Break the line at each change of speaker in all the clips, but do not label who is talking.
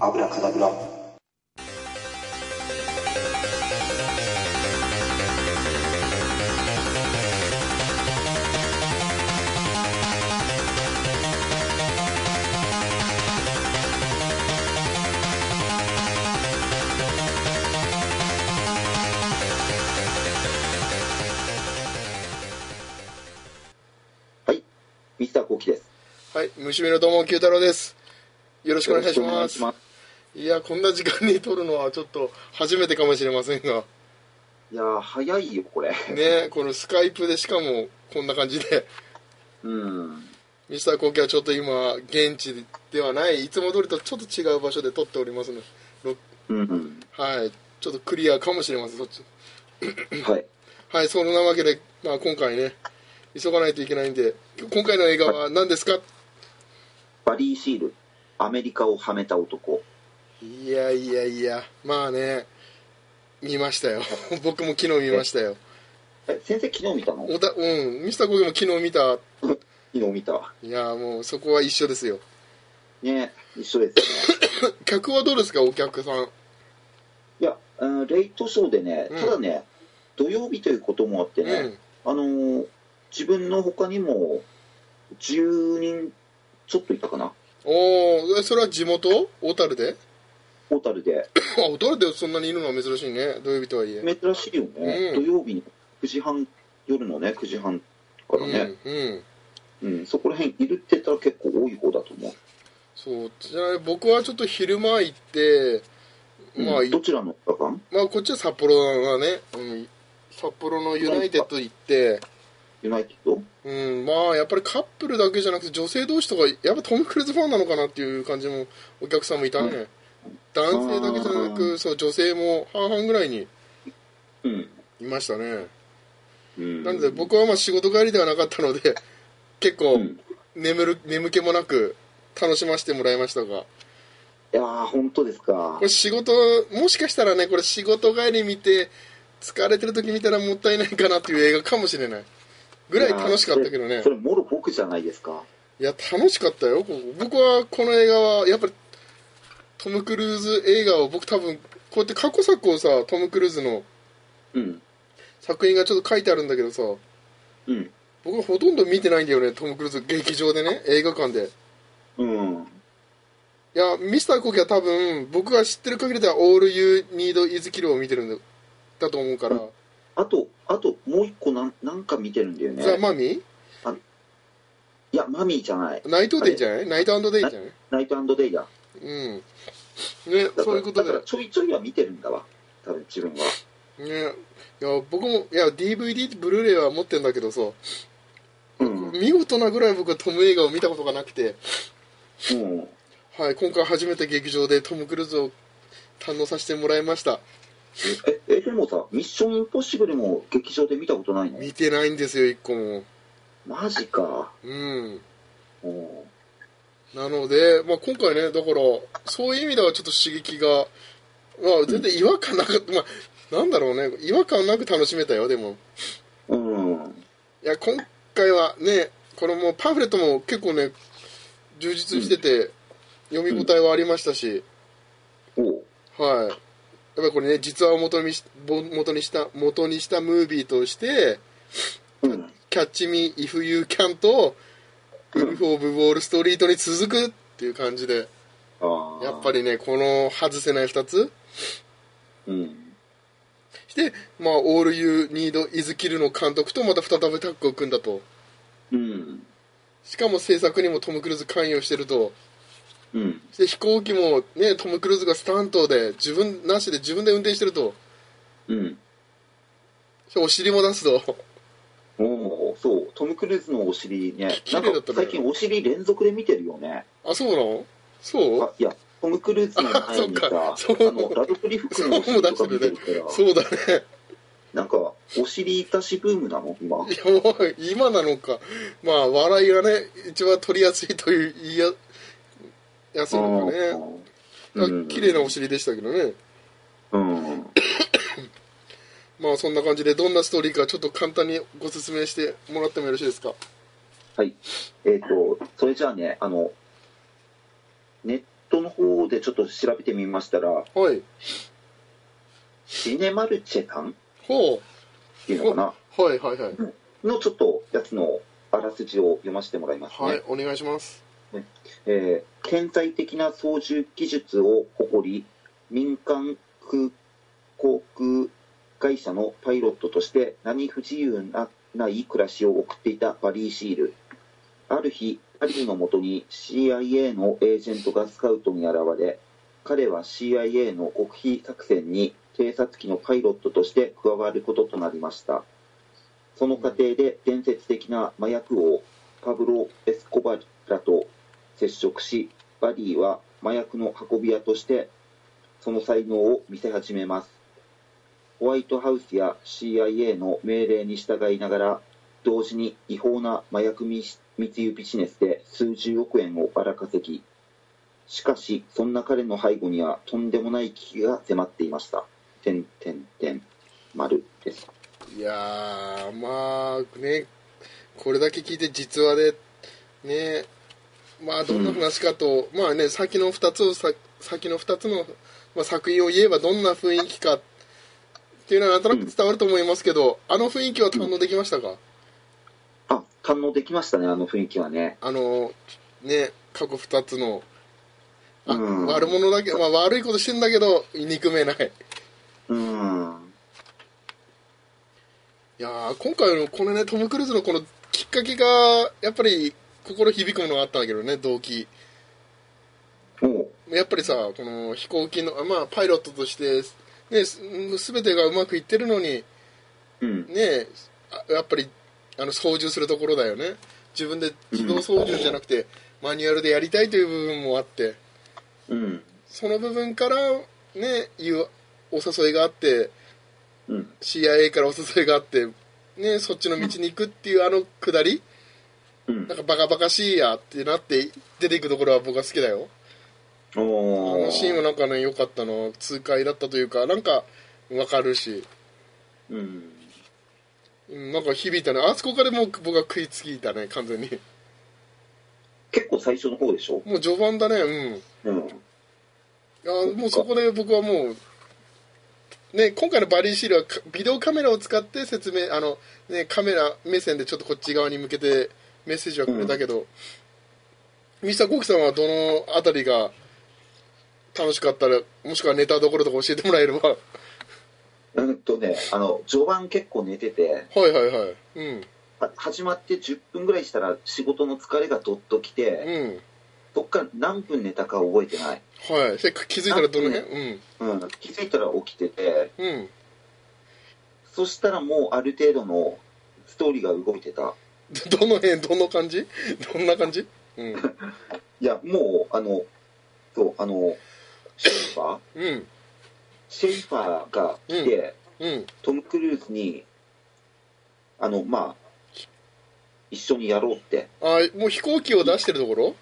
アブラカダブラ
はい水田幸喜です
はい、虫のどうも、九太郎です。よろしくお願いし
よろ
ま
し
す。
くお願いします
いや、こんな時間に撮るのはちょっと初めてかもしれませんが、
いやー早いよこれ
ね、このスカイプでしかもこんな感じで、
うん
ミスターコウキはちょっと今、現地ではない、いつも通りとちょっと違う場所で撮っておりますので、ろ
うん
はい、ちょっとクリアかもしれません、そっち。
はい
はい、そんなわけで、まあ今回ね、急がないといけないんで、今回の映画は何ですか
バリー・シールアメリカをはめた男
いやいやいや、まあね、見ましたよ。 僕も昨日見ましたよ。
え先生昨日見たの
おたうん、ミスターコーも昨日見た。
昨日見た
いや、もうそこは一緒ですよ。
ね一緒ですよね
客はどうですか、お客さん。
いやあーレイトショーでね
うん
ただね、土曜日ということもあってね、あのー自分の他にも10人ちょっといたかな
うん。おお、それは地元小樽で
小樽で
あ、小樽でそんなにいるのは珍しいね。土曜日とはいえ。
珍しいよね、
うん
土曜日の9時半夜のね9時半からね、
うん、うん。
うんそこら辺いるって言ったら結構多い方だと思う、
そう。ちなみに僕はちょっと昼間行って、まあ、
うん
い
どちらの映画館
まあこっちは札幌だね。うん。札幌のユナイテッド行って、
ユナイテッド
うん、まあやっぱりカップルだけじゃなくて女性同士とかやっぱトム・クルーズファンなのかなっていう感じもお客さんもいたね、男性だけじゃな
あ
くそう女性も半々ぐらいに
うん、
いましたね、
うん、
なので僕はまあ仕事帰りではなかったので 結構
うん
眠る眠気もなく楽しませてもらいました
い
が
やー本当ですか
これ仕事もしかしたらねこれ仕事帰り見て疲れてる時見たらもったいないかなっていう映画かもしれないぐらい楽しかったけど
いやー
ね
それそれもろ僕じゃないですか
いや楽しかったよここ僕はこの映画はやっぱりトム・クルーズ映画を僕多分こうやって過去作をさトム・クルーズの
うん
作品がちょっと書いてあるんだけどさ
うん
僕はほとんど見てないんだよねトム・クルーズ劇場でね映画館で
うん
いやミスター・コーキは多分僕が知ってる限りでは「All You Need Is Kill」を見てるんだだと思うから、
うあとあともう一個なんなんか見てるんだよね
ザ・マミ
いやマミーじゃない
ーナイト・デイじゃないナイト・デイじゃない
ナイトデイだ
うんね
だから
そういうこと
だ
で
からちょいちょいは見てるんだわ多分自分は
ねいや僕もいや DVD ブルーレイは持ってんだけどさ
うん、
見事なぐらい僕はトム映画を見たことがなくて、
うん
はい、今回初めて劇場でトム・クルーズを堪能させてもらいました
ええでもさ「ミッションインポッシブル」も劇場で見たことないの
見てないんですよ一個も
マジか
うん
お
なので、まあ、今回ねだからそういう意味ではちょっと刺激が、まあ、全然違和感なかった、まあ、なんだろうね違和感なく楽しめたよでも
うん
いや今回はねこのもうパンフレットも結構ね充実してて、読み応えはありましたし、
おう
はい。やっぱりこれね、実話を元にしぼ元にした、元にしたムービーとして、
うん
キャッチミー、イフユーキャンと、ウルフ・オブ・ウォール・ストリートに続くっていう感じで、
ああ
やっぱ
り
りね、この外せない2つ。
うん
して、まあ、オール・ユー・ニード・イズ・キルの監督とまた再びタッグを組んだと。
うん
しかも制作にもトム・クルーズ関与してると。
うん
で、飛行機もね、トム・クルーズがスタントで、自分なしで自分で運転してると。
うん
お尻も出すと。
おおそうトム・クルーズのお尻ね
綺
な
麗だ
ん
った
か
ね
最近お尻連続で見てるよね
あ、そうなのそう
あいやトム・クルーズの前にさ
あ
あ
そっかそう
のラドクリフ君のお
そう
尻
出
とか見
してる
て
ね
るから
そうだね。
なんかお尻出しブームなの今
いやもう今なのか。まあ、笑いがね、一番取りやすいという言いや、やすいのかね。
あー
だから綺麗なお尻でしたけどね。
うん
まあ、そんな感じで、どんなストーリーかちょっと簡単にご説明してもらってもよろしいですか。
はい。えっ、と、それじゃあね、あの、ネットの方でちょっと調べてみましたら、
はい
シネマルチェさんっ
ほ
ていうのか
うはいはいはい
なのちょっとやつのあらすじを読ませてもらいますね。
はいお願いします
えー天才的な操縦技術を誇り民間空航空会社のパイロットとして何不自由なない暮らしを送っていたバリー・シールある日アリーのもとに CIA のエージェントがスカウトに現れ彼は CIA の極秘作戦に偵察機のパイロットとして加わることとなりましたその過程で伝説的な麻薬王パブロ・エスコバラと接触しバディは麻薬の運び屋としてその才能を見せ始めますホワイトハウスや CIA の命令に従いながら同時に違法な麻薬密密輸ビジネスで数十億円を荒稼ぎしかしそんな彼の背後にはとんでもない危機が迫っていました「てんてんてん丸です
いやーまあねこれだけ聞いて実話でねまあどんな話かと、まあね先の2つをさ先の2つの、まあ、作品を言えばどんな雰囲気かっていうのはなんとなく伝わると思いますけど、あの雰囲気は堪能できましたか、
あ堪能できましたねあの雰囲気はね
あのね過去2つのあ、
うん
悪者だけど、まあ、悪いことしてんだけど憎めないう
ーん
いやー今回のこのねトム・クルーズのこのきっかけがやっぱり心響くものがあったんだけどね動機
もう
やっぱりさこの飛行機のあまあパイロットとしてねす全てがうまくいってるのに
うん
ねあやっぱりあの操縦するところだよね自分で自動操縦じゃなくてマニュアルでやりたいという部分もあって
うん
その部分からねいうお誘いがあって
うん
CIA からお誘いがあってねそっちの道に行くっていうあのくだり
うん
なんかバカバカしいやってなって出ていくところは僕は好きだよあ
お
のシーンはなんかね良かったの痛快だったというかなんか分かるし
うん
うんなんか響いたねあそこからもう僕は食いついたね完全に
結構最初の方でしょ、
もう序盤だねう
う
ん
ん、
あもうそこで僕はもう、ね、今回のバリーシールはかビデオカメラを使って説明あの、ね、カメラ目線でちょっとこっち側に向けてメッセージはくれたけど、ミスターコキさんはどのあたりが楽しかったらもしくはネタどころとか教えてもらえればは
うんとねあの序盤結構寝てて
いはいはいうん
は始まって10分ぐらいしたら仕事の疲れがどっときて
うん
そっから何分寝たか覚えてない、
はいせっかく気づいたらどの辺うん
うん、気づいたら起きてて
うん
そしたらもうある程度のストーリーが動いてた
どどの辺どの感じどんな感じうん
いやもうあのそうあのシェイファー
うん
シェイファーが来て、
うん
トム・クルーズにあのまあ一緒にやろうって
あもう飛行機を出してるところ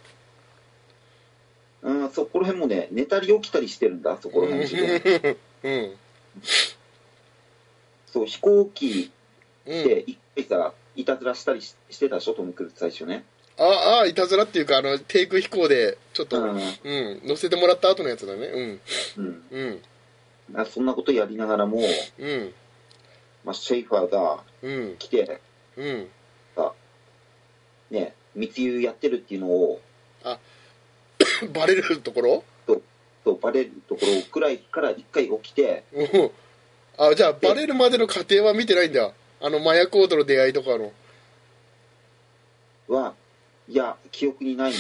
うん、そこら辺もね、寝たり起きたりしてるんだ、そこら辺自分
うん
そう、飛行機
うん、
で一回さ、いたずらしたりししてたでしょ、トム・クルーズ最初ね。
ああいたずらっていうかあの低空飛行でちょっ
う
と、うん
ん、
乗せてもらった後のやつだね
うん
うんうん
あ。そんなことやりながらも、
うん
まあ、シェイファーが
うん
来て、
うん
ね、密輸やってるっていうのを、
バレるところ
そうバレるところくらいから一回起きて、
うんあじゃあバレるまでの過程は見てないんだあの麻薬王との出会いとかの
は、いや、記憶にないな。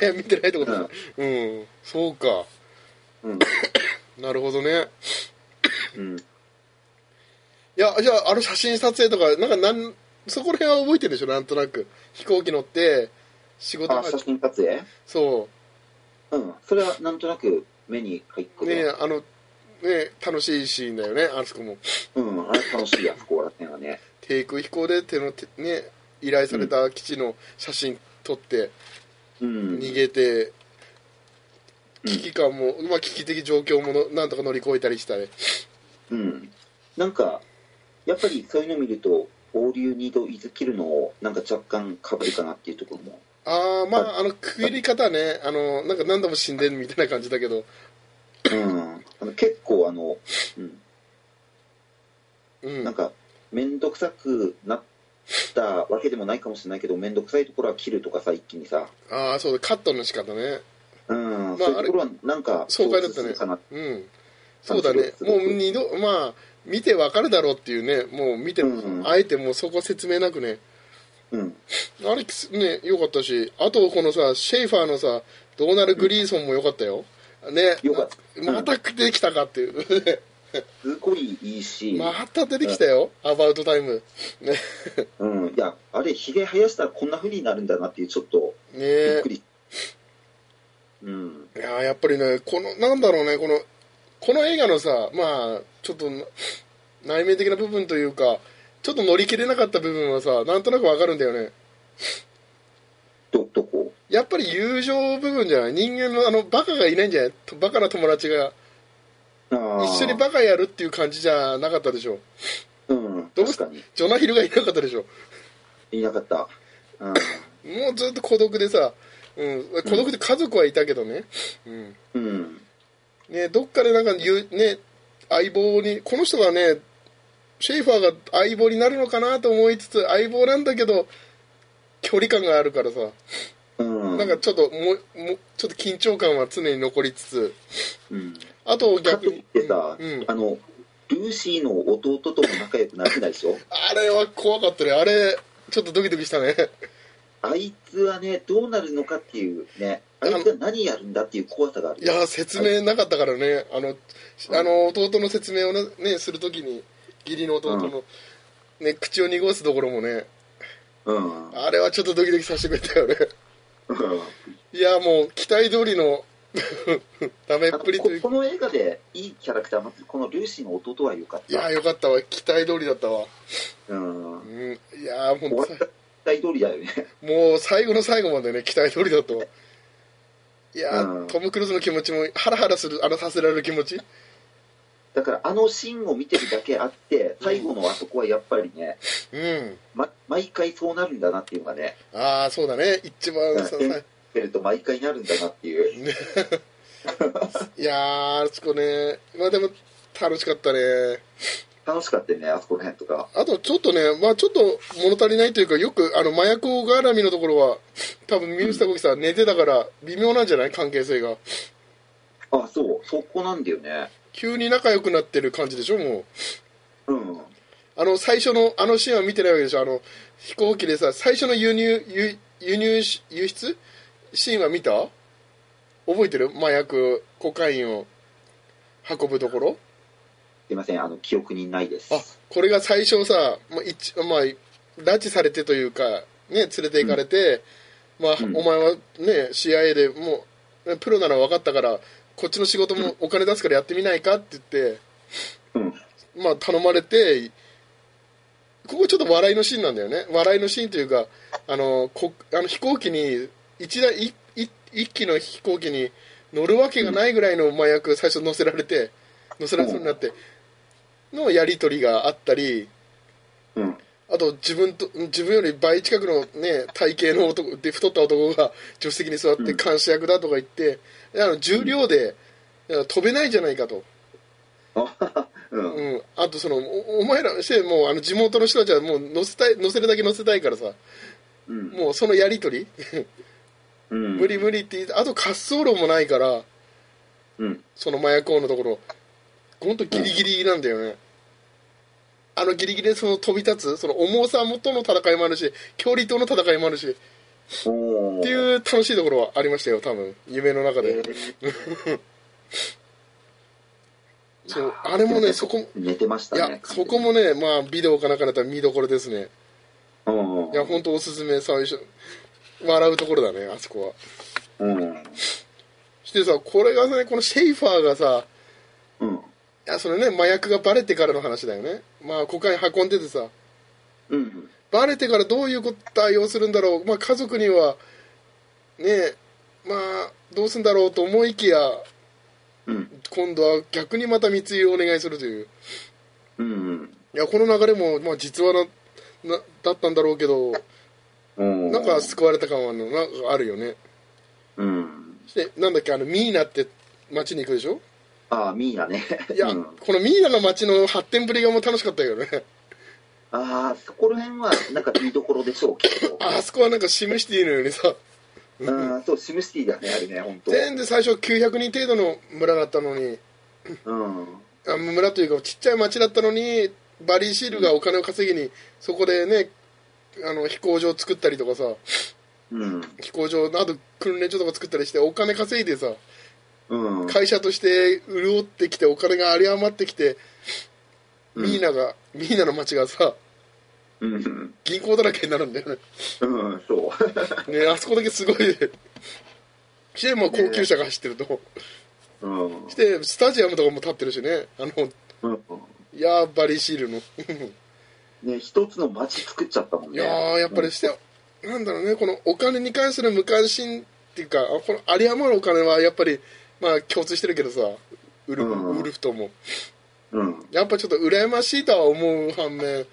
いや見てないってこと
う
だ
ん、
うんそうか
うん、
なるほどね
うん。
いやじゃああの写真撮影とかなんかなんそこら辺は覚えてるでしょなんとなく飛行機乗って仕事が
あ、写真撮影
そう
うん、それはなんとなく目に入って
ね
る。
あのね楽しいシーンだよねあそこも
うん、あれ楽しいや、そこら辺はね。
低空飛行で手の手ね依頼された基地の写真撮って
うん。
逃げて
うん
危機感も、まあ、危機的状況ものなんとか乗り越えたりしたね
うん、なんかやっぱりそういうの見ると「オーリューニード・イズ・キル」のなんか若干かぶるかなっていうところも
ああまああの区切り方ねあのなんか何度も死んでるみたいな感じだけど
うん、あの結構あの、うん
うん
なんか面倒くさくなったわけでもないかもしれないけど面倒くさいところは切るとかさ一気にさ、
ああそうだカットの仕方ね
うん
まあ
そういうところはなんか
爽快だった
共通する
ね
かな
うんそうだねもう二度まあ見てわかるだろうっていうねもう見て、
うん
あえてもうそこ説明なくね
うん
あれすね良かったしあとこのさシェイファーのさドーナル・グリーソンも良かったよね
よかった
また出てきたかっていう
すごいいいし、
また出てきたよ、アバウトタイム。ね
うん、いやあれひげ生やしたらこんな風になるんだなっていうちょっと
ね
びっ
え
くり、うん
いやーやっぱりね、この、なんだろうね、この、この映画のさ、まあ、ちょっとな、内面的な部分というか、ちょっと乗り切れなかった部分はさ、なんとなくわかるんだよね。
どどこ
やっぱり友情部分じゃない人間のあの、バカがいないんじゃないとバカな友達が、
あー
一緒にバカやるっていう感じじゃなかったでしょ。
うん
どうし
確かに
ジョナヒルがいなかったでしょ。
いなかった、うん
もうずっと孤独でさ、うん、孤独で家族はいたけどね。うん。
うん
ね、どっかでなんか言う、ね、相棒に、この人がね、シェイファーが相棒になるのかなと思いつつ、相棒なんだけど、距離感があるからさ、
うん
なんかちょっともう、もうちょっと緊張感は常に残りつつ、
うん
あと
か
逆
とい
に
っ、てさ、
うん、
あのルーシーの弟とも仲良くなれないで しょ
あれは怖かったね、あれ、ちょっとドキドキしたね。
あいつはねどうなるのかっていうねあいつは何やるんだっていう怖さがある
いや、説明なかったからね、あの、あの弟の説明をね、ねするときに、義理の弟の、ね、口を濁すところもね、
うん
あれはちょっとドキドキさせてくれたよね。いやもう期待通りの ダメっ
あと
ぷりと
こ
いう
この映画でいいキャラクターまずこのルーシーの弟は良かっ
いや
た
よかったわ期待通りだったわ
うん
うんいやも
終わ
う
った期待通りだよね
もう最後の最後までね期待通りだったわいやー、
うん
トム・クルーズの気持ちもハラハラするあのさせられる気持ち
だからあのシーンを見てるだけあって最後のあそこはやっぱりね、
うん
ま、毎回そうなるんだなっていうのがね
ああそうだね一番 さ
うん出ると毎回なるんだなっていう
いやーあそこねまあでも楽しかったね
楽しかったよねあそこら辺とか
あとちょっとねまあちょっと物足りないというかよくあの麻薬絡みのところは多分ミュースタコキさん寝てたから微妙なんじゃない関係性が
あそうそこなんだよね
急に仲良くなってる感じでしょもう
うん
あの最初のあのシーンは見てないわけでしょあの飛行機でさ最初の輸入輸輸入し輸出シーンは見た覚えてる麻薬コカインを運ぶところ
すいません、あの記憶にないです。
あこれが最初さ、まあ一まあ、拉致されてというか、ね、連れて行かれて、まあ
うん
お前は、ね、CIA でもうプロなら分かったからこっちの仕事もお金出すからやってみないかって言って、
うん、
まあ、頼まれてここちょっと笑いのシーンなんだよね笑いのシーンというかあのこあの飛行機に一台いい一機の飛行機に乗るわけがないぐらいの麻薬最初乗せられて乗せられそうになってのやり取りがあったり
うん、
あと自分と自分より倍近くの、ね、体型の男で太った男が助手席に座って
うん
監視役だとか言って、あの重量で、いや飛べないじゃないかと。
あうん、うん、
うん、あとそのおお前らしてもうあの地元の人たちはもう乗せたい乗せるだけ乗せたいからさ
うん、
もうそのやり取り
うん、
無理無理って言ってあと滑走路もないから
うん、
その麻薬王のところ本当ギリギリなんだよねあのギリギリでその飛び立つその重さとの戦いもあるし距離との戦いもあるしっ
おー
ていう楽しいところはありましたよ多分夢の中
え
でそうあれもねそこも
ー寝てまし
い
た
や
ね。
そこもねまあビデオかなんかだったら見どころですね
うん、
いや本当おすすめ最初笑うところだねあそこは
うん、
してさこれがねこのシェイファーがさ
うん、
いやそれね麻薬がバレてからの話だよねまあコカイン運んでてさ
うん、
バレてからどういうこと対応するんだろうまあ家族にはねえまあどうすんだろうと思いきや
うん、
今度は逆にまた密輸をお願いするという
うん、
いやこの流れもまあ実話ななだったんだろうけど
うん
なんか救われた感はあるのなんかあるよね
うん
でなんだっけあのミーナって街に行くでしょ
ああミーナね
いや、
うん、
このミーナの街の発展ぶりがもう楽しかったけどね
ああそこら辺はなんか見どころでしょうけど
あそこはなんかシムシティのようにさ
うんそうシムシティだねあれね本当
全で最初900人程度の村だったのに
うん
あ村というかちっちゃい町だったのにバリーシールがお金を稼ぎにそこでねあの飛行場作ったりとかさ
うん
飛行場など訓練所とか作ったりしてお金稼いでさ
うん
会社として潤ってきてお金が有り余ってきて
うん
ミーナが、ミーナの町がさ
うん
銀行だらけになるんだよね
うんそう
ねあそこだけすごいしてもう高級車が走ってると
うん
してスタジアムとかも立ってるしねあの
うん
いやーバリーシールの
ね一つの街作っちゃったもん
い
ね
やーやっぱりして、なんだろうねこのお金に関する無関心っていうかあこの有り余るお金はやっぱりまあ共通してるけどさウルフ,、
うん
ウルフとも
うん
やっぱちょっと羨ましいとは思う反面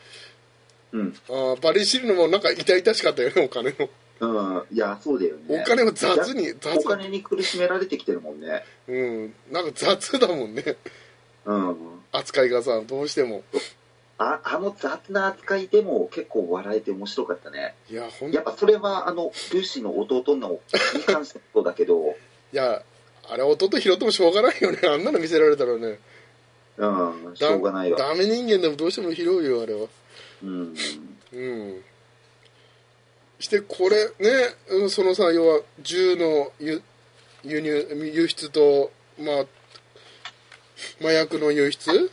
うん
あーバリーシールのもなんか痛々しかったよねお金の
うんいやそうだよね
お金を雑に
いや
雑に
お金に苦しめられてきてるもんね
うんなんか雑だもんね
うん
扱いがさどうしても
ああの雑な扱いでも結構笑えて面白かったね
いやほんい
やっぱそれはあのルーシーの弟のに関してもそうだけど
やあれ弟拾ってもしょうがないよねあんなの見せられたらね
うんし
だ
ょうがないわ
ダメ人間でもどうしても拾うよあれは
うん
うんしてこれねうんそのさ要は銃の輸輸入輸出とまあ麻薬の輸出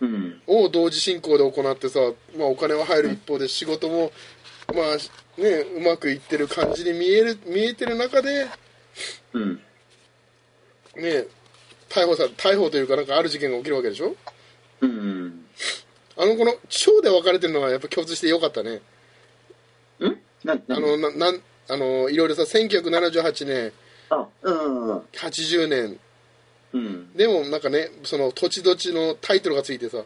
うん
を同時進行で行ってさ、まあ、お金は入る一方で仕事もまあねうまくいってる感じに見える見えてる中で
うん
ね逮捕さ逮捕というかなんかある事件が起きるわけでしょ
うん
あのこの町で分かれてるのはやっぱ共通してよかったね
うんな
あ
な
のななんあのいろいろさ1978年
あうん
80年
うん
でもなんかねその土地土地のタイトルがついてさ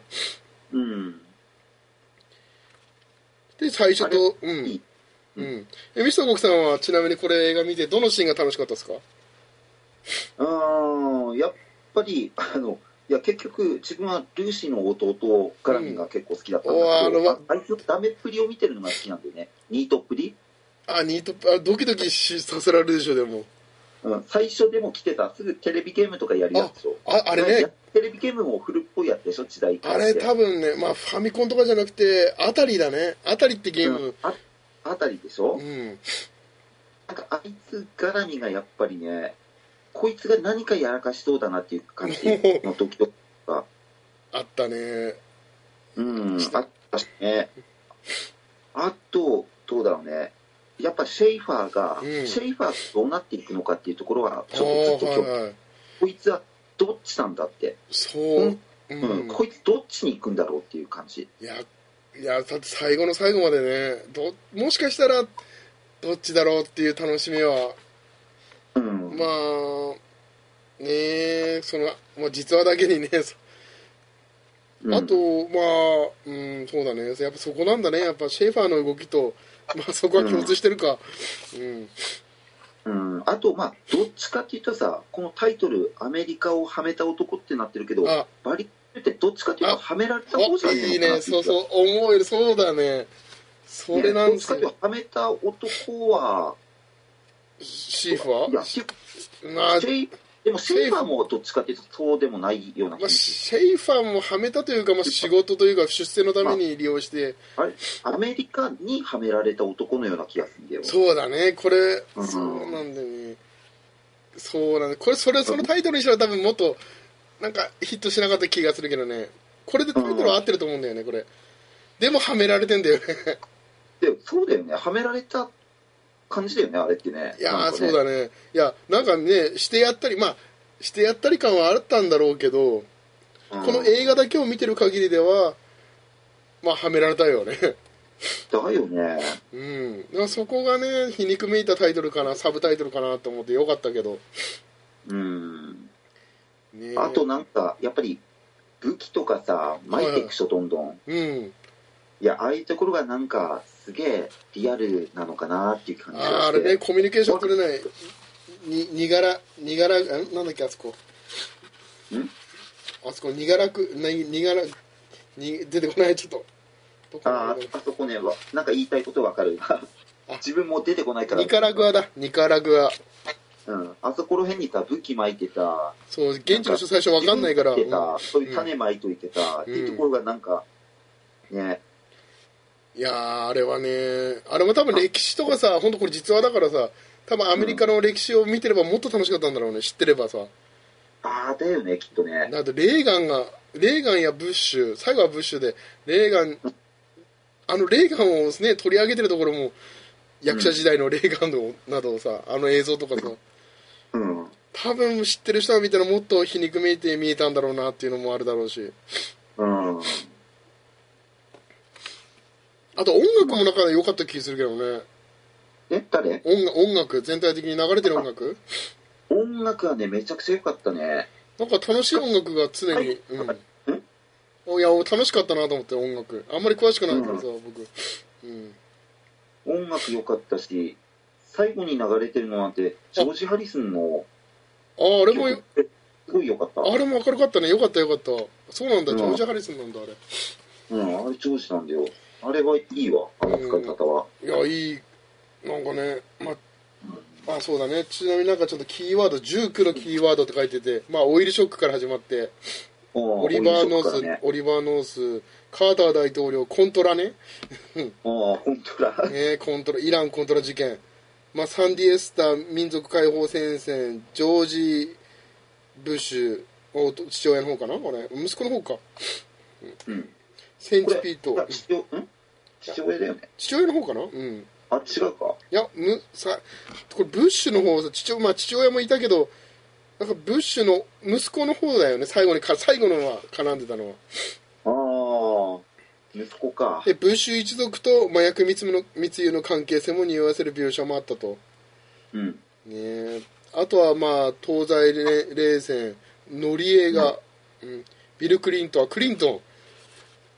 うん
で最初とう
い
ん
い
うんえミストコクさんはちなみにこれ映画見てどのシーンが楽しかったですか
うんやっぱりあのいや結局自分はルーシーの弟絡みが結構好きだったんだけど、
うんおーあの
ああいつのダメっぷりを見てるのが好きなんだよねニートっぷり、
あニートあドキドキしさせられるでしょでも
うん、最初でも来てたすぐテレビゲームとかやりやつでしょ
ああれね
やテレビゲームも古っぽいやつでしょ時代
あれ多分ねまあファミコンとかじゃなくてあたりだねあたりってゲーム
ああたりでしょ、
うん
なんかあいつ絡みがやっぱりねこいつが何かやらかしそうだなっていう感じの時とか
あったね
うんあったしねあとどうだろうねやっぱシェイファーが、
うん
シェイファーどうなっていくのかっていうところは
あ
ちょっとず
あ
っと今日、
はいはい
こいつはどっちなんだって、
そうう
うん
ん
こいつどっちに行くんだろうっていう感じ
いやいやだって最後の最後までねどもしかしたらどっちだろうっていう楽しみは
うん、
まあねえその、まあ、実話だけにね、そ
うん
あとまあうんそうだねやっぱそこなんだねやっぱシェーファーの動きと、まあ、そこは共通してるかうん、
うん、あと、まあ、どっちかっていうとさ、このタイトル、アメリカをはめた男ってなってるけど、
あ
バリッってどっちかっていうと、
あ
はめられた方じ
お
ゃない
いい
のかな
ね
って
そうそう思うよりそうだねそれな
ど
んで
っち
す
かっていう
よ
と、はめた男は、
シーファ
いや、
ー
シェ
まあ
シェイ、でもシェイファーもどっちかっていうと、そうでもないような
まあ、
気し
シェイファーもはめたというか、まあ、仕事というか出世のために利用して、
あれ、アメリカにはめられた男のような気がするんだよ。
そうだねこれ、
うん
そうなんだよねそうなんだこれそれそのタイトルにしたら多分もっとなんかヒットしなかった気がするけどねこれでタイトルは合ってると思うんだよねこれでもはめられてんだよね
でそうだよね、はめられた感じだよね、あれってね。
いや
な
ー
んか
そ
ね
うだねいやなんかねしてやったりまあしてやったり感はあったんだろうけど、
うん
この映画だけを見てる限りではまあはめられたよね
だよね。
うん、だからそこがね皮肉めいたタイトルかなサブタイトルかなと思ってよかったけど、
うん。
ね、
あとなんか、やっぱり武器とかさ、巻いていくしょ、どんどん。
うん
いや、ああいうところがなんか、すげえリアルなのかなっていう感じがして
ああれねコミュニケーション取れないににがらにがらあなんだっけあそこ
ん
あそこにがらくなにがらに出てこないちょっとどこ
あーあそこねわなんか言いたいことわかる 自分も出てこないから
ニカラグアだニカラグア
うん、あそこら辺にさ武器巻いてた
そう現地の人最初わかんないから
自分で
うん
たそういう種まいといてた、っていうところがなんかね
いやーあれはねあれも多分歴史とかさ本当これ実話だからさ多分アメリカの歴史を見てればもっと楽しかったんだろうね知ってればさ
ああだよねきっとね
だってレーガンがレーガンやブッシュ最後はブッシュでレーガンあのレーガンを、ね、取り上げてるところも役者時代のレーガンのなどをさあの映像とかさ
うん
多分知ってる人は見たらもっと皮肉めいて見えたんだろうなっていうのもあるだろうし
うん
あと音楽も中で良かった気するけどね
え誰
音楽音楽全体的に流れてる音楽
音楽はねめちゃくちゃ良かったね
なんか楽しい音楽が常に、うん
ん
おいや楽しかったなと思って音楽あんまり詳しくないからさ、僕うん
音楽良かったし最後に流れてるのなんてジョージ・ハリスンの
あああれもよ
曲すごい良かった
あれも明るかったね。よかったよかった。そうなんだ。
うん
ジョージ・ハリスンなんだ、あれ。
うんあれジョージなんだよあれはいいわあの使い方は、
いや、いい。なんかね、ま、あ、そうだね。ちなみになんかちょっとキーワード、19のキーワードって書いてて、まあ、オイルショックから始まって、
うん、
オリバー・ノー
オ
ス、
リバーノースからね
オリバー・ノース、カーター大統領、コントラね。
ああ本当だ
ねコントラ、イランコントラ事件。まあ、サンディエスタ民族解放戦線、ジョージ・ブッシュ、お父親の方かなこれ。息子の方か。
うん
セン
こ
チ
れ
ピート。
あ父親ん父親だよね
父親の方かなうん。
あ違うか
いやむさこれブッシュの方さ父,、まあ、父親もいたけどなんかブッシュの息子の方だよね最後にか最後のは絡んでたの
あ
は
あ息子か
でブッシュ一族と麻薬密輸の密輸の関係性も匂わせる描写もあったと
うん
ねえあとはまあ東西冷冷戦ノリエが、うん、ビル・クリントンあクリントン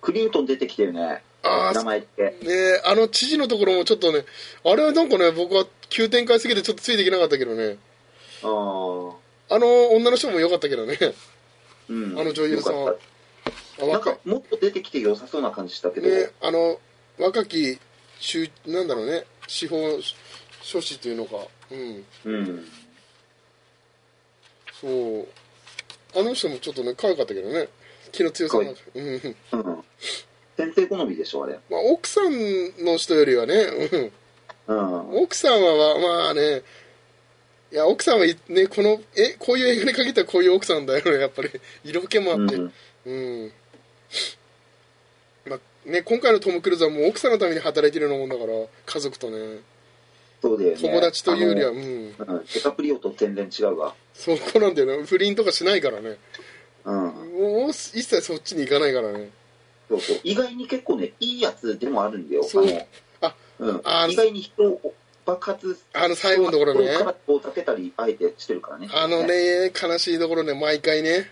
クリントン出てきてるね
あー
名前って
ねえあの知事のところもちょっとねあれはなんかね僕は急展開すぎてちょっとついていけなかったけどね
ああ
あの女の人も良かったけどね
うん
あの女優さん
よかっ
あ
たなん
若い
かもっと出てきて良さそうな感じしたけど、
ね、あの若き州なんだろうね司法書士というのかうん
うん
そうあの人もちょっとね可愛かったけどね気の強さが、
可
うん
うん先生好みでしょあれ
まあ、奥さんの人よりはね、うん、
うん
奥さんはまあまあねいや奥さんはねこのえこういう映画に限ってはこういう奥さんだよねやっぱり色気もあって
うん
うん、まあね、今回のトム・クルーズはもう奥さんのために働いてるようなもんだから家族とね
そうだよね
友達というよりは、
あ
うん、
のうんデカプリオと全然違うわ
そこなんだよね不倫とかしないからね
うん
もう一切そっちに行かないからね
そうそう意外に結構ねいいやつでもあるんだよ
そう
あ
あ
のうん
あの
意外に人を爆発
あの最後のところね
からこう立てたりあえてしてるからね
あのね悲しいところね毎回ね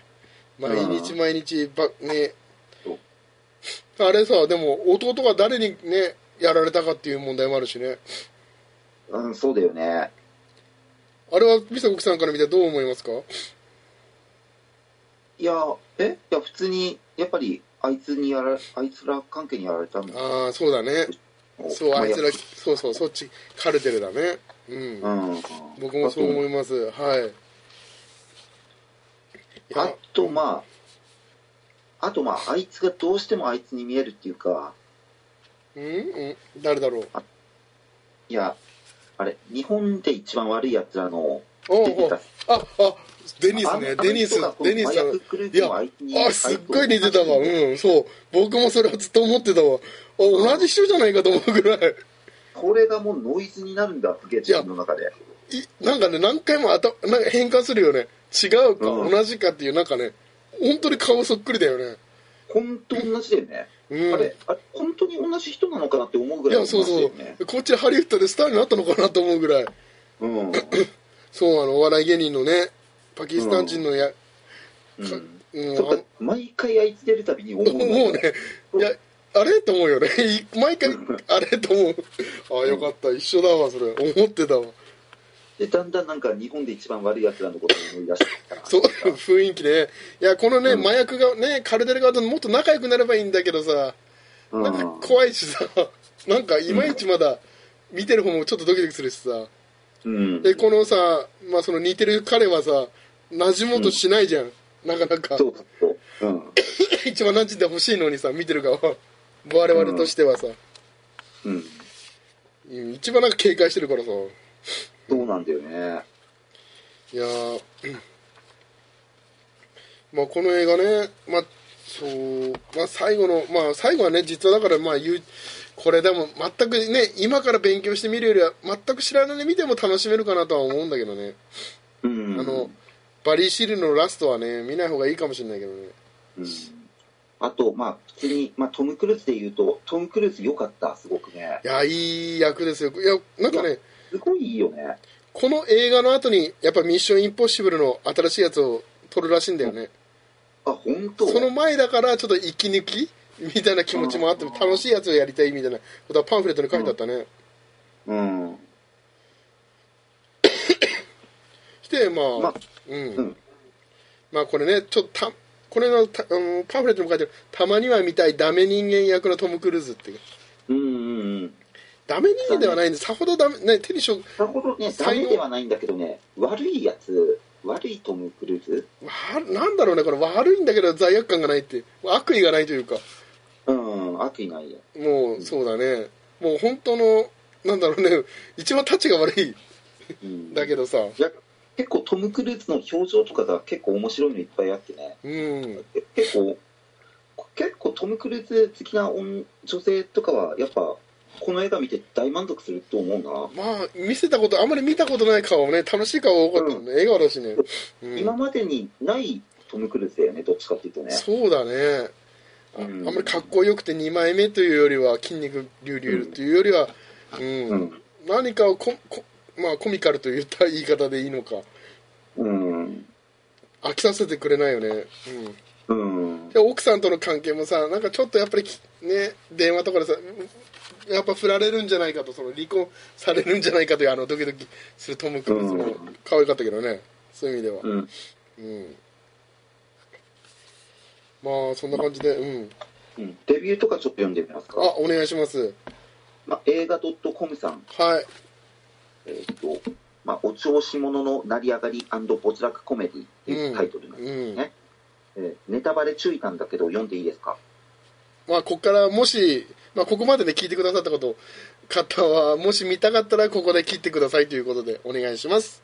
毎日
う
毎日ばね
そう
あれさでも弟が誰にねやられたかっていう問題もあるしね
うんそうだよね
あれは美佐子さんから見てどう思いますか
いやえいや普通にやっぱりあいつにやらあいつら関係にやられたんだ
ああそうだねそうあいつらそうそうそっちカルテルだねうん
うん
僕もそう思
う
いますはいい
あ
や
とまああとまああいつがどうしてもあいつに見えるっていうか
うん、うん、誰だろう
いやあれ日本で一番悪いやつらの
お
出
うお
て
う
た
あ、あ、デニスね、
あ
デニス
あの人がこ、の
デニス
麻薬クルーズのあいつに
いや、あ、すっごい似てたわ。うん、そう。僕もそれはずっと思ってたわ。あ、同じ人じゃないかと思うぐらい。
これがもうノイズになるんだすげえ自分の中で
いなんかね、何回もあたなんか変化するよね。違うか、
うん
同じかっていう、なんかね、本当に顔そっくりだよね。
本当同じだよね、
うん
あれあれ本当に同じ人なのかなって思うぐ
い
らい
や、
同じ
そう
だ
そ
よね
う。こっちハリウッドでスターになったのかなと思うぐらい。
うん
そう、あの、お笑い芸人のね、パキスタン人のや、
うん
うん、
そっ
あ
か毎回あいつ出るたびに思うんだよ
もうね、いや、あれと 思うよねい毎回あれと思うああよかった一緒だわそれ思ってたわ
でだんだんなんか日本で一番悪いやつらのことを思い出してきた
そう雰囲気でいやこのね、
うん
麻薬がねカルデル側ともっと仲良くなればいいんだけどさ
う
なんか
ん、
怖いしさ なんかいまいちまだ見てる方もちょっとドキドキするしさ
うん、
でこのさ、まあ、その似てる彼はさ馴染もうとしないじゃん、なかなか
そうそうそう、うん
一番馴染んでほしいのにさ見てる側は我々としてはさ、
うん、
一番なんか警戒してるからさい
そうなんだよね
やーまあこの映画ねまあそうまあ最後のまあ最後はね実はだからまあ言うこれでも全くね今から勉強してみるよりは全く知らないで見ても楽しめるかなとは思うんだけどね、
うん
あのバリー・シールのラストはね見ない方がいいかもしれないけどね
うんあと、まあ、普通に、まあ、トム・クルーズで言うと、トム・クルーズ良かった、すごくね
い。やいい役ですよいやなんかね
すごいいいよね。
この映画の後にやっぱミッションインポッシブルの新しいやつを撮るらしいんだよね
あ、本当
その前だからちょっと息抜きみたいな気持ちもあって
うん
楽しいやつをやりたいみたいなことはパンフレットに書いてあったね
うん。
してまあ、
まあ
う
うんん
まあこれねちょっとたこれのたあのパンフレットにも書いてあるたまには見たいダメ人間役のトム・クルーズっていう
うんうんうん。
ダメ人間ではないんでさほどダメ、ね、手にしょ
さほどね、ダ
才
メ
能
ではないんだけどね、悪いやつ、悪いトム・クルーズ
わなんだろうねこれ悪いんだけど罪悪感がないって悪意がないというか
うん、悪意ないや。
もうそうだねもう本当のなんだろうね一番タッチが悪い
うん。
だけ
ど。
どさ
いや、結構トム・クルーズの表情とかが結構面白いのいっぱいあってね、
うん
え結構、結構トム・クルーズ好きな女女性とかは、やっぱ、この映画見て大満足すると思うな。
まあ見せたことあんまり見たことない顔をね楽しい顔が多かったもんね、笑顔だしね、うん
今までにないトム・クルーズだよね、どっちかっていうとね。
そうだねあ,、
うん
ん、まりかっこよくて2枚目というよりは筋肉隆々というよりは、うん
うん。
何かをここ、まあ、コミカルといった言い方でいいのか
うん。
飽きさせてくれないよね、うん、
うん
で。奥さんとの関係もさなんかちょっとやっぱりきね電話とかでさうやっぱ振られるんじゃないかとその離婚されるんじゃないかというあのドキドキするトム・クルーズ
う
も
ん
可愛かったけどねそういう意味では、
うん。
うん、まあそんな感じで、うん、
うんレビューとかちょっと読んでみます
あ
か。
お願いします
まあ、映画 .com さん、
はい
えっ、と、まあ、お調子者の成り上がり没落コメディっていうタイトルなんです、
うん
ねえーネタバレ注意なんだけど、読んでいいですか。
まあここからもし、まあ、ここまでで聞いてくださったこと方はもし見たかったらここで切ってくださいということでお願いします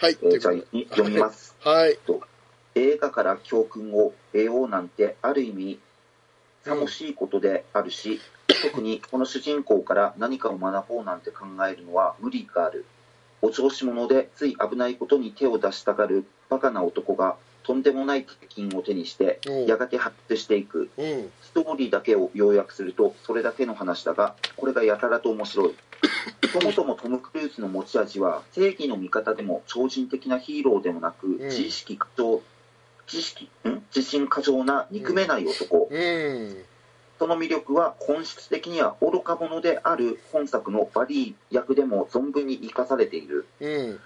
はい、
え
とい
ーじ
うこ
ゃあ
とで、
読みます。
はい
映画から教訓を得ようなんて、ある意味、楽しいことであるし、特にこの主人公から何かを学ぼうなんて考えるのは無理がある。お調子者でつい危ないことに手を出したがるバカな男がとんでもない鉄筋を手にして
おう
やがて発掘していく
うん
ストーリーだけを要約するとそれだけの話だがこれがやたらと面白 いそもそもトム・クルーズの持ち味は正義の味方でも超人的なヒーローでもなく、
ん
自意識過剰知識ん自信過剰な憎めない男、
うん
その魅力は本質的には愚か者である本作のバリー役でも存分に生かされている
うん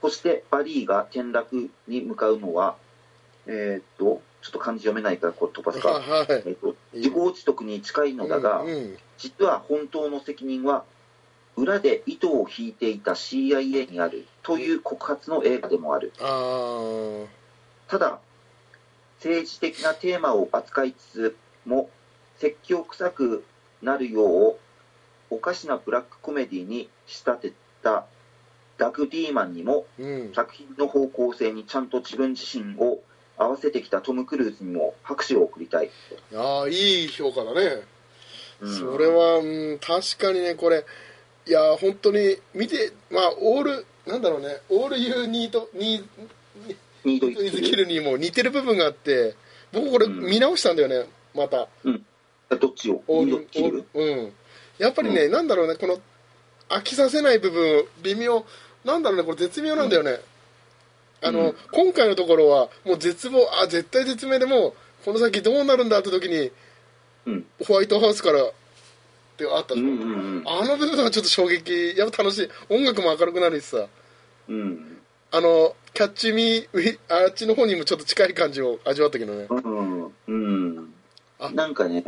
そしてバリーが転落に向かうのはえーっとちょっと漢字読めないからこれ飛ばすか
はい
えっと、自業自得に近いのだが、
うんうん
実は本当の責任は裏で糸を引いていた CIA にあるという告発の映画でもある
あー
ただ政治的なテーマを扱いつつも説教臭くなるようおかしなブラックコメディに仕立てたダグ・ディーマンにも
うん
作品の方向性にちゃんと自分自身を合わせてきたトム・クルーズにも拍手を送りたい、
あーいい評価だね、
うん
それは、うん、確かにねこれいや本当に見てまあオールなんだろうねオールユーニートニ
ニード
ートイズキ
イ
ルにも似てる部分があって僕これ
うん
見直したんだよねまた
どっちを
オ
ニ
ー
ー
ル
ドキ
オー
ル
ルうんやっぱりね、なんだろうねこの飽きさせない部分微妙なんだろうねこれ絶妙なんだよね、あの、
うん
今回のところはもう絶望あ絶対絶命でもうこの先どうなるんだって時に
うん
ホワイトハウスからってあった
う
じゃ
ん
ん
うん
あの部分はちょっと衝撃やっぱ楽しい音楽も明るくなるしさ
うんうん
あのキャッチミーウィあっちの方にもちょっと近い感じを味わったけどね
うんうん
あ
なんかね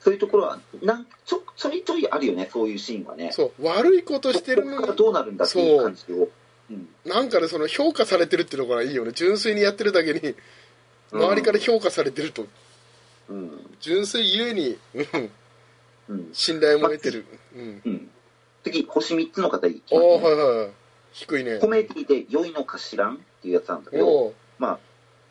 そういうところはなんちょちょいちょいあるよねそういうシーンはね
そう悪いことしてる
こ
の
こから
に
どうなるんだっていう感じをうん
なんかねその評価されてるってのがいいよね純粋にやってるだけに周りから評価されてると
うん
純粋ゆえにうん
うん
信頼も得てる、うん、
うん次星3つの方いき
ああ
ますね
はいはい低いね
コメディで良いのか知らんっていうやつなんだけど
おう
まあ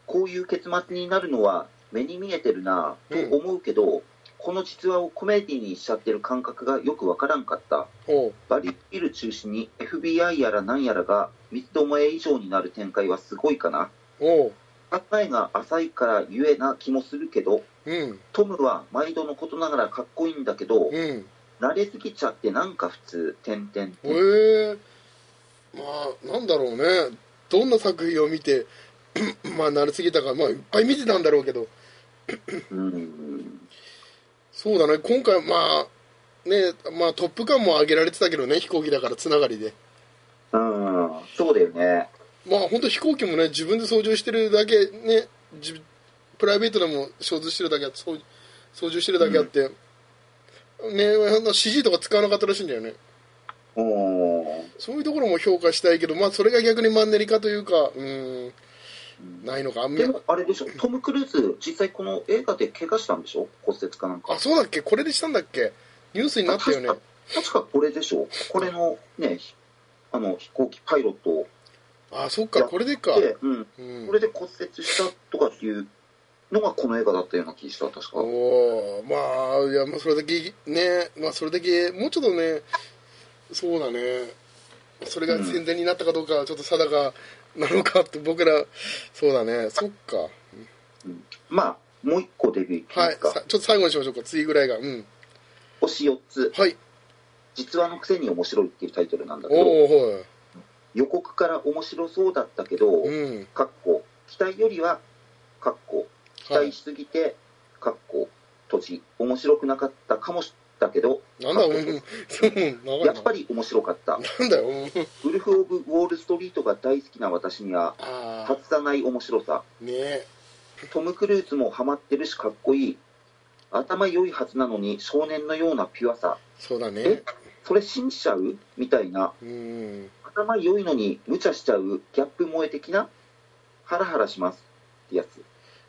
こういう結末になるのは目に見えてるなぁと思うけど、この実話をコメディにしちゃってる感覚がよくわからんかった
おう
バリビル中心に FBI やら何やらが三つどもえ以上になる展開はすごいかな
おう
考えが浅いからゆえな気もするけど
うん
トムは毎度のことながらかっこいいんだけど、
うん
慣れすぎちゃってなんか普通点々
へえまあなんだろうねどんな作品を見て まあ慣れすぎたかまあいっぱい見てたんだろうけど
うん
そうだね今回まあねまあトップガンも上げられてたけどね飛行機だからつながりで
うんそうだよね
まあ本当飛行機もね自分で操縦してるだけねじプライベートでも操縦してるだけあって操操縦してるだけあって、ねあの CG とか使わなかったらしいんだよね
おー
そういうところも評価したいけどまあそれが逆にマンネリ化というかうーんないのかあんま
でもあれでしょトム・クルーズ実際この映画で怪我したんでしょ骨折かなんか
あそうだっけこれでしたんだっけニュースになったよね
確か確かこれでしょこれのねひあの飛行機パイロットを
あそっかこれでか、
で、うん、
うん
こ、れで骨折したとかっていうのがこの映画だったような気した確か
おおまあいやまあそれだけねまあそれだけもうちょっとねそうだねそれが宣伝になったかどうかはちょっと定かなのかって僕らそうだねそっか
まあもう一個デビューいきま
はい
す
さ
か、
ちょっと最後にしましょうか次ぐらいがうん
星4つ
はい
実話のくせに面白いっていうタイトルなんだけど
おおほ
予告から面白そうだったけど、
いうん
かっこ期待よりはかっこ期
は
待
い
しすぎて、かっこ閉じ面白くなかったかもしだけど
なん だうんそう長い
や
な
っぱり面白かった
なんだようん
ウルフ・オブ・ウォール・ストリートが大好きな私には
ああ
外さない面白さ
ねえ
トム・クルーズもハマってるしかっこいい頭良いはずなのに少年のようなピュアさ
そうだね
えそれ信じちゃうみたいな
うん
頭良いのに無茶しちゃうギャップ萌え的なハラハラしますってやつ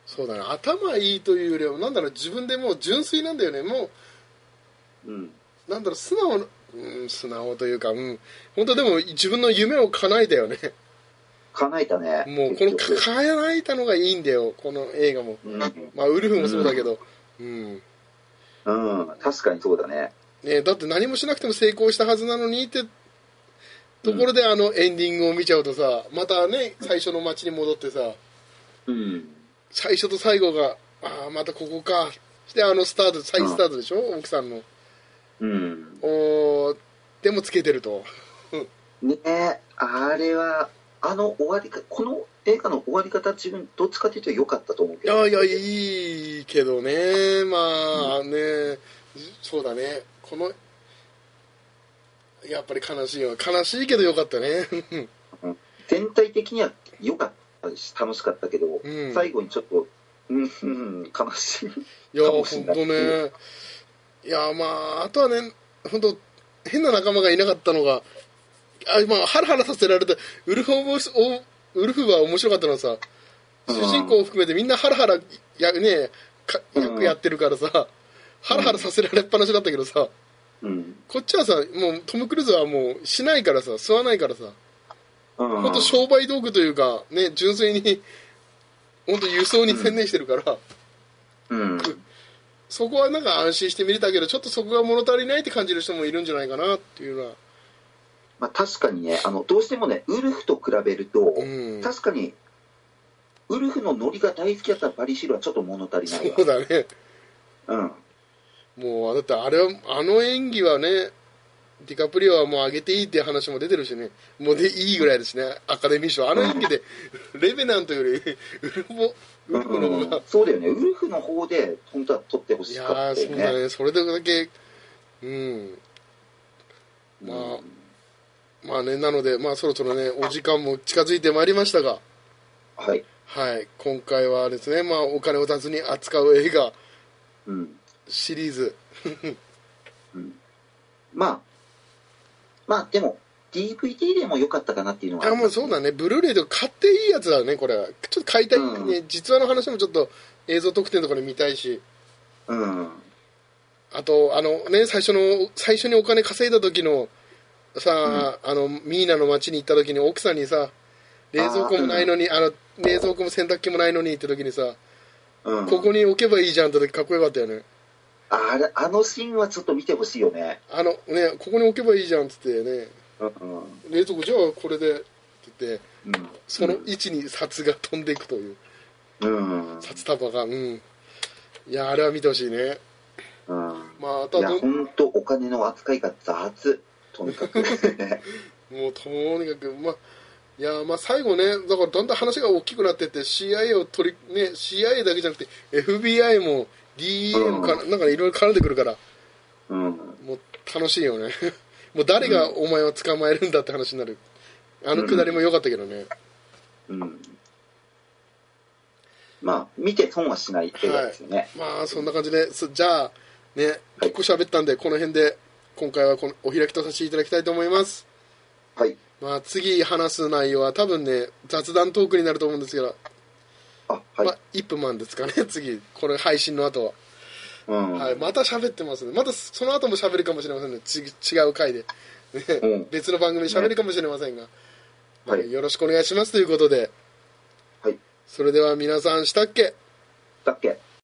そうだね頭いいというよりはなんだろう自分でもう純粋なんだよねも
う
う
ん
なんだろう素直な、うん、素直というか、うん、本当でも自分の夢を叶えたよね
叶えたね
もうこの
結局
叶えたのがいいんだよこの映画も、
うん
まあ、ウルフもそうだけど、うん
うん、確かにそうだね。
ね、だって何もしなくても成功したはずなのにってところであのエンディングを見ちゃうとさまたね最初の街に戻ってさ
うん。
最初と最後がああまたここかしてあのスタート再スタートでしょ、奥さんの
うん。
おーでもつけてると
ねえ、あれは、あの終わりか、この映画の終わり方、自分、どっちかというと良かったと思う
い
けど。
やいや、いいけどね、まあね、そうだね、この、やっぱり悲しいよ、悲しいけどよかったね、
全体的には良かったし、楽しかったけど、
うん
最後にちょっと、うん、うん、悲しい。
いや、
か
ほ
もしれ
ん
ない
とね、いや、まあ、あとはね、ほんと、変な仲間がいなかったのが、あまあ、ハラハラさせられた、ウルフオブオウルフは面白かったのはさ、
うん
主人公を含めてみんなハラハラや、ね、か役やってるからさ、ハラハラさせられっぱなしだったけどさ、
うん。
こっちはさもうトム・クルーズはもうしないからさ吸わないからさ
うん。
本当商売道具というかね純粋に本当輸送に専念してるか
う
ら、
ん。
そこはなんか安心して見れたけどちょっとそこが物足りないって感じる人もいるんじゃないかなっていうのは
まあ、確かにね、あの、どうしてもね、ウルフと比べると、
うん
確かに、ウルフのノリが大好きだったバリシールはちょっと物足りないわ
そうだね
うん。
もうだってあれはあの演技はねディカプリオはもう上げていいっていう話も出てるしね、もうでいいぐらいですね、アカデミー賞。あの意味で、 レベナントより、ウルボ、ウルボの 方が。
そうだよね、ウルフの方で本当は取ってほ
い
し
や
か
ー、
ったよ
そうだ
ね。
ね、それだけ、うん、まあ
うん
まあね、なので、まあそろそろね、お時間も近づいてまいりましたが、
はい、
はい、今回はですね、まあお金を出ずに扱う映画
うん
シリーズ、
まあ、まあでも、DVD でも良かったかなっていうのは
あ、もうそうだね、ブルーレイとか買っていいやつだね、これは。ちょっと買いたい、
うん
ね、実話の話もちょっと映像特典とかで見たいし、
うん、
あと、あのね、最初の、最初にお金稼いだ時の、さあ、あの、ミーナの街に行った時に奥さんにさ、冷蔵庫もないのに、あの、冷蔵庫も洗濯機もないのにって時にさ、
うん、
ここに置けばいいじゃんって時かっこよかったよね。
あれあのシーンはちょっと見てほしいよね。
あの、ね、ここに置けばいいじゃんっつってね、
うんうん
冷蔵庫じゃあこれで、って言って、
うん
その位置に札が飛んでいくという、
うん
札束が、うん。いや、あれは見てほしいね。
うん
まあ、あと
い
は
や、
どん
本当お金の扱いが雑、とに かく。
もうとにかく、まあ、いやまあ最後ね、だからだんだん話が大きくなってって、CIA を取り、ね、CIA だけじゃなくて、FBI も DEA もか、なんかねいろいろ絡んでくるから、
うん、
もう楽しいよね。 もう誰がお前を捕まえるんだって話になる。あのくだりも良かったけどね。
うん。まあ、見て損はしない映画ですよね。
まあそんな感じで、そじゃあ、ね、結構喋ったんで、この辺で、今回はこのお開きとさせていただきたいと思います。
はい。
まあ次話す内容は多分ね、雑談トークになると思うんですけど、
あ、はい。
まあ、1分満ですかね、 次、これ配信の後は。
うん。
はい、また喋ってますね。またその後も喋るかもしれませんね。ち違う回で。ね
うん
別の番組で喋るかもしれませんが、まあ
はい
よろしくお願いしますということで、
はい。
それでは皆さん、したっけ
だっけ